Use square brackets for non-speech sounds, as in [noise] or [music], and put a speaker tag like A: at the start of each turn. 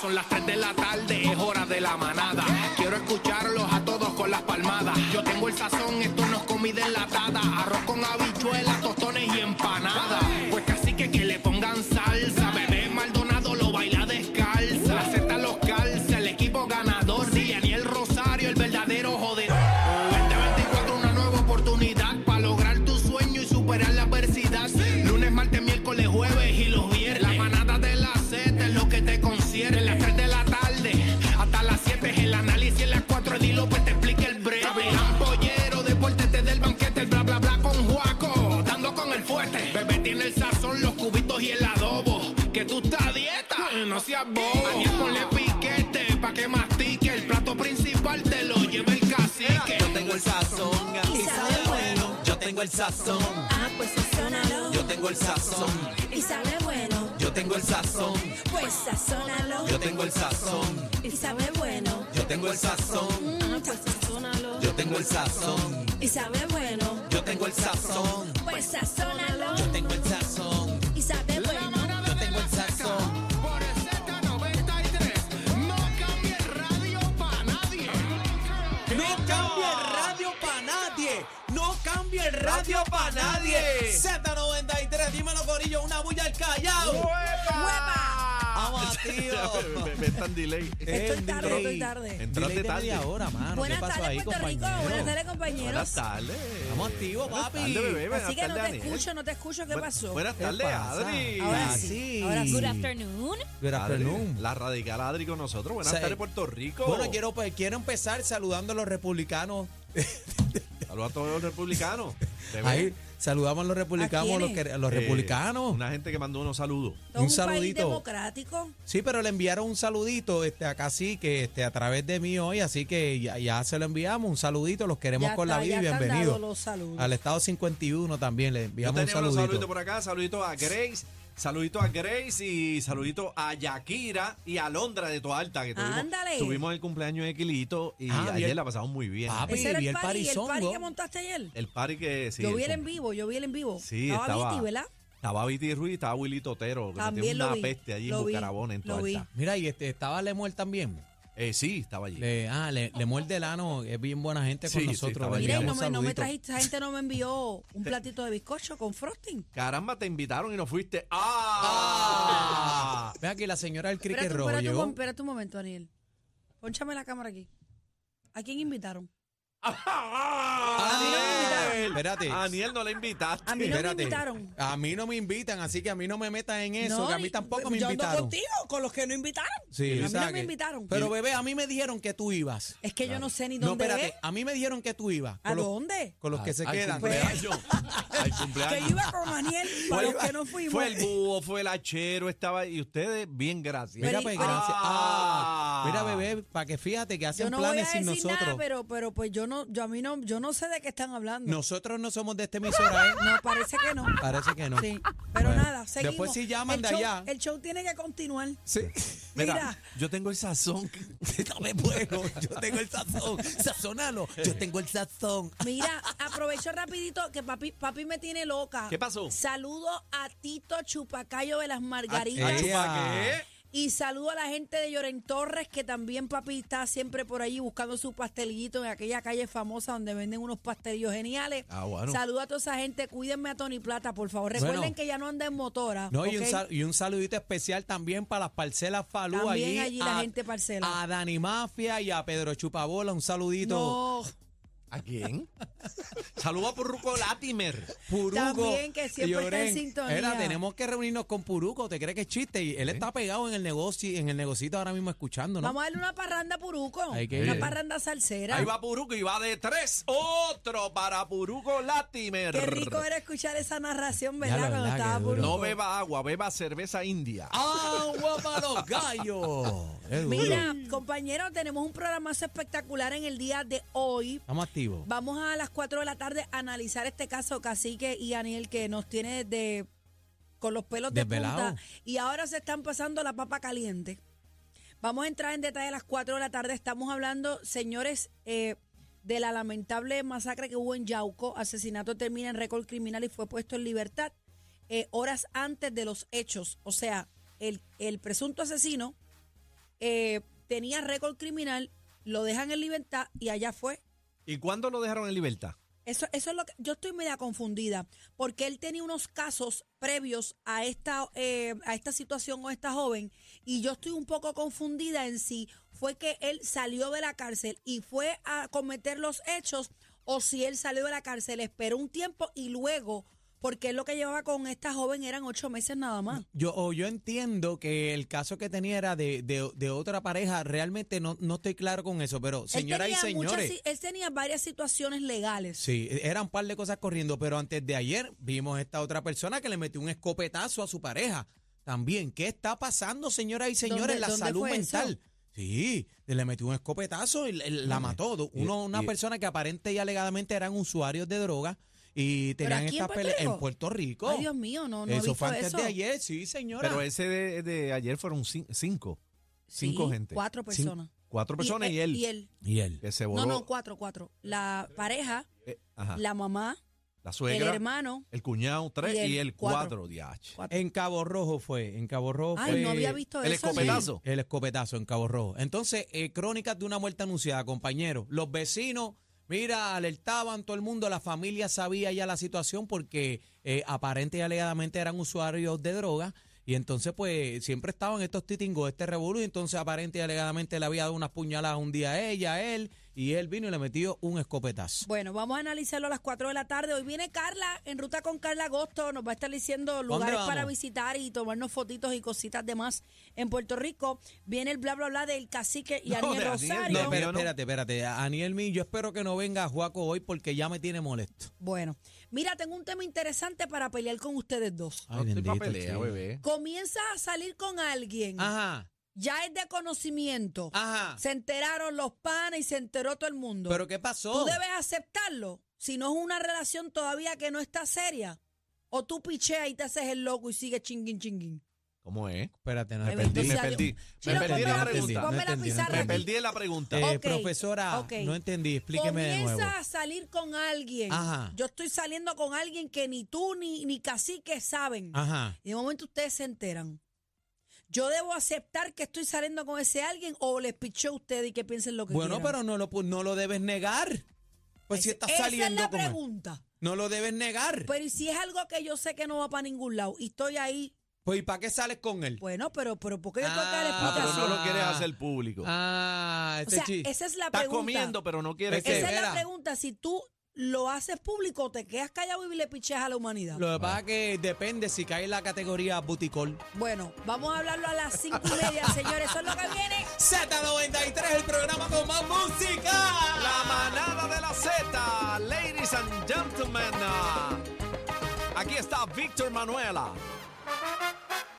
A: son las 3 de la tarde, es hora de la manada. Quiero escucharlos a todos con las palmadas. Yo tengo el sazón, esto no es comida enlatada. Arroz con habichuelas, tostones y empanada. Pues casi que que le pongan salsa. Bebé Maldonado lo baila descalza. La Z los calza, el equipo ganador. Sí, Daniel Rosario, el verdadero jodedor. 2024, una nueva oportunidad para lograr tu sueño y superar la adversidad. Lunes, martes, miércoles, jueves y los viernes. La manada de la Z es lo que te concierne. De las 3 de la tarde hasta las 7 es el análisis. En las 4 Eddie López te explica el breve. Ampollero, deportes del banquete, el bla bla bla con Juaco. Dando con el fuerte. Bebé tiene el sazón, los cubitos y el adobo. Que tú estás a dieta, no seas bobo. Daniel, ponle piquete pa' que mastique. El plato principal te lo lleva el cacique.
B: Yo tengo el sazón
C: Y sabe bueno.
B: Yo tengo el sazón
C: Ah, pues sazónalo.
B: Yo tengo el sazón
C: Y sabe bueno.
B: Yo tengo el sazón
C: Pues sazónalo.
B: Yo tengo el sazón
C: Y sabe bueno.
B: Yo tengo el sazón
C: Ah, pues sazónalo.
B: Yo tengo el sazón
C: Y sabe bueno.
B: Yo tengo el sazón
C: Pues sazónalo.
B: Yo tengo el sazón
C: Y sabe bueno.
B: Yo tengo el sazón
A: Por Z93, no cambie el radio pa' nadie.
B: No cambie el radio pa' nadie No cambie el radio pa' nadie Z93 Dímelo Corillo Una bulla al callao Vamos
D: [laughs]
B: tío
D: Ve- ve tan delay.
C: [laughs] Esto
B: Eh,
C: es tarde,
B: delay.
C: esto es tarde.
D: Entraste
B: Delay de
D: tarde.
B: media hora, mano.
C: Buenas
B: ¿Qué pasó
C: tardes,
B: ahí,
C: Puerto Rico.
B: compañero?
C: Buenas tardes, compañeros.
D: Buenas tardes.
B: Estamos activos,
D: Buenas
B: papi.
D: tardes, bebé. Buenas
C: Así que no
D: tardes,
C: te
D: Daniel.
C: escucho, no te escucho. ¿Qué pasó?
D: Buenas tardes,
B: pasa?
D: Adri.
C: Ahora
B: Ah,
C: sí.
B: sí.
C: Ahora sí.
E: Good afternoon.
B: Good
D: Adri,
B: afternoon.
D: La radical Adri con nosotros. Buenas
B: Sí.
D: tardes, Puerto Rico.
B: Bueno, quiero, pues, quiero empezar saludando a los republicanos.
D: Saludos a todos
B: [laughs]
D: los republicanos. Te
B: Ahí,
D: ven.
B: saludamos a los republicanos,
C: ¿A
B: los,
C: quiénes?
B: que- a los
D: Eh,
B: republicanos.
D: Una gente que mandó unos saludos.
B: un
C: Esto es un país
B: saludito.
C: democrático.
B: Sí, pero le enviaron un saludito este, a Cacique este, a través de mí hoy, así que ya, ya se lo enviamos. Un saludito, los queremos
C: Ya
B: con
C: está,
B: la vida y
C: ya están
B: bienvenidos.
C: dados los saludos.
B: Al Estado 51 también le
D: Yo
B: enviamos un
D: tenía unos saluditos
B: saludito.
D: por acá. Saluditos a Grace. Saluditos a Grace y saluditos a Yakira y a Londra de Toalta. Que tuvimos,
C: Ándale.
D: tuvimos el cumpleaños de Quilito y
B: Ah,
D: ayer
B: bien.
D: la pasamos muy bien.
B: Papi,
C: Ese era
B: vi
C: el
B: el
C: party, el party
B: parizongo. Eh,
C: que montaste ayer.
D: El party que sí.
C: Yo
D: el
C: vi el
D: cum-
C: en vivo, yo vi el en vivo.
D: Sí,
C: estaba,
D: estaba
C: Viti, ¿verdad?
D: Estaba Viti Ruiz, estaba Willy Totero, que
C: También
D: metió
C: lo
D: una
C: vi,
D: peste allí en
C: lo vi,
D: Bucarabona, en
C: lo
D: Toalta.
C: vi.
B: Mira, y este, estaba Lemuel también.
D: Eh, sí, estaba allí.
B: Le, ah, le, le muerde el ano, es bien buena gente con
D: Sí, sí,
B: nosotros.
D: estaba
B: le
D: bien.
C: Mira, y no
B: enviamos
C: me, no me
B: saluditos.
C: trajiste, esa gente no me envió un platito de bizcocho con frosting.
D: Caramba, te invitaron y no fuiste. ¡Ah!
B: Ve aquí la señora del cricket
C: Espérate,
B: rojo
C: espérate, un,
B: llegó.
C: mom- espérate un momento, Daniel. Ponchame la cámara aquí. ¿A quién invitaron?
D: ¡Ah!
C: mí no me
B: Aniel,
C: invitaron.
B: espérate.
D: A Aniel no le invitaste.
C: A mí no me
B: espérate.
C: invitaron.
B: A mí no me invitan, así que a mí no me metas en eso,
C: No,
B: que a mí
C: ni-
B: tampoco me
C: yo
B: invitaron.
C: ando contigo, con los que no invitaron.
B: Sí,
C: a mí
B: o sea
C: no me
B: que-
C: invitaron.
B: Pero bebé, a mí me dijeron que tú ibas.
C: es que yo no sé ni
B: No,
C: dónde
B: espérate,
C: es.
B: a mí me dijeron que tú ibas.
C: ¿A
B: Con los,
C: dónde?
B: con los que se
D: Al
B: quedan.
C: [laughs]
D: cumpleaños. Al
C: Que
D: cumpleaños.
C: yo iba con
B: [laughs]
C: Daniel, para los que no fuimos.
D: Fue el búho, fue el hachero, estaba. Y ustedes, bien, gracias.
B: Mira,
C: Pero-
B: pues,
C: Ah.
B: gracias. Ah, mira, bebé, para que fíjate que hacen
C: yo no voy a
B: planes
C: decir
B: sin
C: nada,
B: nosotros.
C: pero, pero pues yo no, yo a mí no, yo no sé de qué están hablando.
B: Nosotros no somos de esta emisora, ¿eh?
C: No, parece que no.
B: Parece que no.
C: Sí, pero
B: Bueno,
C: nada, seguimos.
B: Después si llaman
C: El
B: de
C: show-
B: allá.
C: El show tiene que continuar.
B: Sí. [laughs]
D: Mira,
C: Mira.
D: yo tengo el sazón.
B: No me puedo, yo tengo el sazón. Sazónalo, yo tengo el sazón.
C: Mira, aprovecho rapidito que papi, papi me tiene loca.
D: ¿Qué pasó?
C: Saludo a Tito Chupacayo de las
B: Ah,
C: Margaritas.
B: eh.
D: ¿Para qué?
C: y saludo a la gente de Lloren Torres, que también papi está siempre por allí buscando su pastelito en aquella calle famosa donde venden unos pastelillos geniales.
D: Ah, bueno.
C: Saludo a toda esa gente. Cuídenme a Tony Plata, por favor. Recuerden
B: Bueno.
C: que ya no anda en motora.
B: No, y, un
C: ¿ok?
B: sal- y un saludito especial también para las parcelas Falú
C: También
B: allí.
C: allí la gente parcela.
B: A Dani Mafia y a Pedro Chupabola, un saludito.
C: No,
D: ¿A quién? Saludos a Purruco Latimer.
B: Puruco.
C: También, que siempre está en
B: Llorén.
C: sintonía.
B: Era, tenemos que reunirnos con Puruco, ¿te crees que es chiste? Y él está pegado en el negocio, en el negocito ahora mismo escuchando, ¿no?
C: vamos a darle una parranda a Puruco.
B: Hay que
C: una
B: ir.
C: parranda salsera.
D: Ahí va Puruco y va de tres. Otro para Puruco Latimer.
C: Qué rico era escuchar esa narración, ¿verdad?
B: Ya, la
C: Cuando
B: verdad,
C: estaba
B: qué
C: puro.
B: duro.
D: No beba agua, beba cerveza india.
B: ¡Agua para los [laughs] gallos! Es duro.
C: Mira, compañeros, tenemos un programazo espectacular en el día de hoy.
B: Estamos activos.
C: Vamos a las 4 de la tarde a analizar este caso, Cacique y Aniel, que nos tiene de con los pelos de
B: Desvelado.
C: punta. Y ahora se están pasando la papa caliente. Vamos a entrar en detalle a las 4 de la tarde. Estamos hablando, señores, eh, de la lamentable masacre que hubo en Yauco. Asesinato termina en récord criminal y fue puesto en libertad eh, horas antes de los hechos. O sea, el, el presunto asesino eh, tenía récord criminal, lo dejan en libertad y allá fue.
D: ¿Y cuándo lo dejaron en libertad?
C: Eso, eso es lo que yo estoy media confundida, porque él tenía unos casos previos a esta, eh, a esta situación o esta joven, y yo estoy un poco confundida en si fue que él salió de la cárcel y fue a cometer los hechos, o si él salió de la cárcel, esperó un tiempo y luego, porque él lo que llevaba con esta joven eran ocho meses nada más.
B: Yo, o yo entiendo que el caso que tenía era de, de- de otra pareja. Realmente no, no estoy claro con eso, pero
C: Él
B: señoras y
C: tenía muchas
B: señores.
C: si- él tenía varias situaciones legales.
B: Sí, e-, eran un par de cosas corriendo, pero antes de ayer vimos esta otra persona que le metió un escopetazo a su pareja. También, ¿qué está pasando, señoras y
C: ¿Dónde-
B: señores? La
C: dónde
B: salud
C: fue eso?
B: mental. Sí, le metió un escopetazo y la- la mató. Do- Uno, una
D: y-
B: persona que aparente y alegadamente eran usuarios de droga y
C: ¿Pero
B: tenían
C: aquí en
B: estas
C: Puerto
B: peleas
C: Rico?
B: en Puerto Rico.
C: Ay, Dios mío, no, no he
B: eso
C: visto
B: fue antes
C: eso.
B: de ayer, sí, señora.
D: Pero ese de, de ayer fueron cin- cinco.
C: Sí,
D: Cinco gente.
C: Cuatro
D: Cin-
C: personas.
D: cuatro personas y, él.
C: Y él.
B: Y él.
D: Que se
C: No,
D: voló.
C: no, cuatro, cuatro. La pareja,
D: eh, ajá, la,
C: la mamá, el
D: suegra, el,
C: hermano.
D: cuñado, tres
C: y
D: y
C: él,
D: él,
C: cuatro.
D: cuatro. diache.
C: Cuatro.
B: En Cabo Rojo fue, en Cabo Rojo
C: Ay,
B: fue-
C: no había visto
D: el
C: eso.
B: Sí,
D: escopetazo.
B: el escopetazo en Cabo Rojo. Entonces, eh, crónicas de una muerte anunciada, compañero. Los vecinos, mira, alertaban todo el mundo, la familia sabía ya la situación porque eh, aparente y alegadamente eran usuarios de droga. Y entonces, pues, siempre estaban estos titingos, este revolú. Y entonces, aparente y alegadamente le había dado unas puñaladas un día a ella, a él. Y él vino y le metió un escopetazo.
C: Bueno, vamos a analizarlo a las 4 de la tarde. Hoy viene Carla, en ruta con Carla Agosto. Nos va a estar diciendo lugares
B: vamos?
C: para visitar y tomarnos fotitos y cositas de más en Puerto Rico. Viene el bla, bla, bla del cacique y
D: No,
C: Aniel
D: de Aniel,
C: Rosario.
B: No,
D: Dios
B: espera-
D: mío, no.
B: espérate, espérate. Aniel Mí, yo espero que no venga a Juaco hoy porque ya me tiene molesto.
C: Bueno, mira, tengo un tema interesante para pelear con ustedes dos.
D: No estoy pa'
B: bendito,
D: pelea,
B: chico.
D: bebé.
C: Comienza a salir con alguien.
D: Ah.
B: Ajá,
C: Ya es de conocimiento.
B: ajá.
C: Se enteraron los panes y se enteró todo el mundo.
B: ¿Pero qué pasó?
C: Tú debes aceptarlo. Si no es una relación todavía que no está seria. O tú picheas y te haces el loco y sigues chinguín, chinguín.
D: ¿Cómo es?
B: Espérate, no
C: Me
B: me
C: Bendito
B: perdí.
D: Perdí, me
C: sea Dios.
D: perdí.
C: Chino,
D: me perdí
C: ponme
D: la
C: la-
D: pregunta.
C: ponme la pizarra
D: Me
C: aquí.
D: perdí en la pregunta.
B: Eh,
C: Ok,
B: profesora,
C: ok.
B: no entendí, explíqueme de
C: Comienza
B: nuevo.
C: a salir con alguien.
B: Ajá.
C: Yo estoy saliendo con alguien que ni tú ni, ni cacique saben.
B: Ajá.
C: Y de momento ustedes se enteran. Yo debo aceptar que estoy saliendo con ese alguien o les piché a ustedes y que piensen lo que
B: Bueno,
C: quieran.
B: pero no lo, pu- no lo debes negar. Pues si
C: Ese-
B: estás
C: Esa
B: saliendo
C: es la
B: con él.
C: pregunta. Pues-
B: No lo debes negar.
C: Pero ¿y si es algo que yo sé que no va para ningún lado y estoy ahí,
B: Pues ¿y para qué sales con él?
C: bueno, pero, pero ¿por qué yo tengo que dar
D: Ah, pero
C: explicación?
D: no lo quieres hacer público.
B: Ah,
C: o
B: este
C: sea,
B: chi-
C: esa es la
D: Estás
C: pregunta.
D: comiendo, pero no quieres
B: Ese-
D: que...
C: Esa es la
B: Vera.
C: pregunta. Si tú lo haces público, te quedas callado y le picheas a la humanidad.
B: Lo que pasa es que depende si cae en la categoría buticol.
C: Bueno, vamos a hablarlo a las cinco y
D: [laughs]
C: media, señores. Eso es lo que viene.
B: Z93, el programa con más música.
D: La manada de la Z, ladies and gentlemen. Aquí está Víctor Manuela.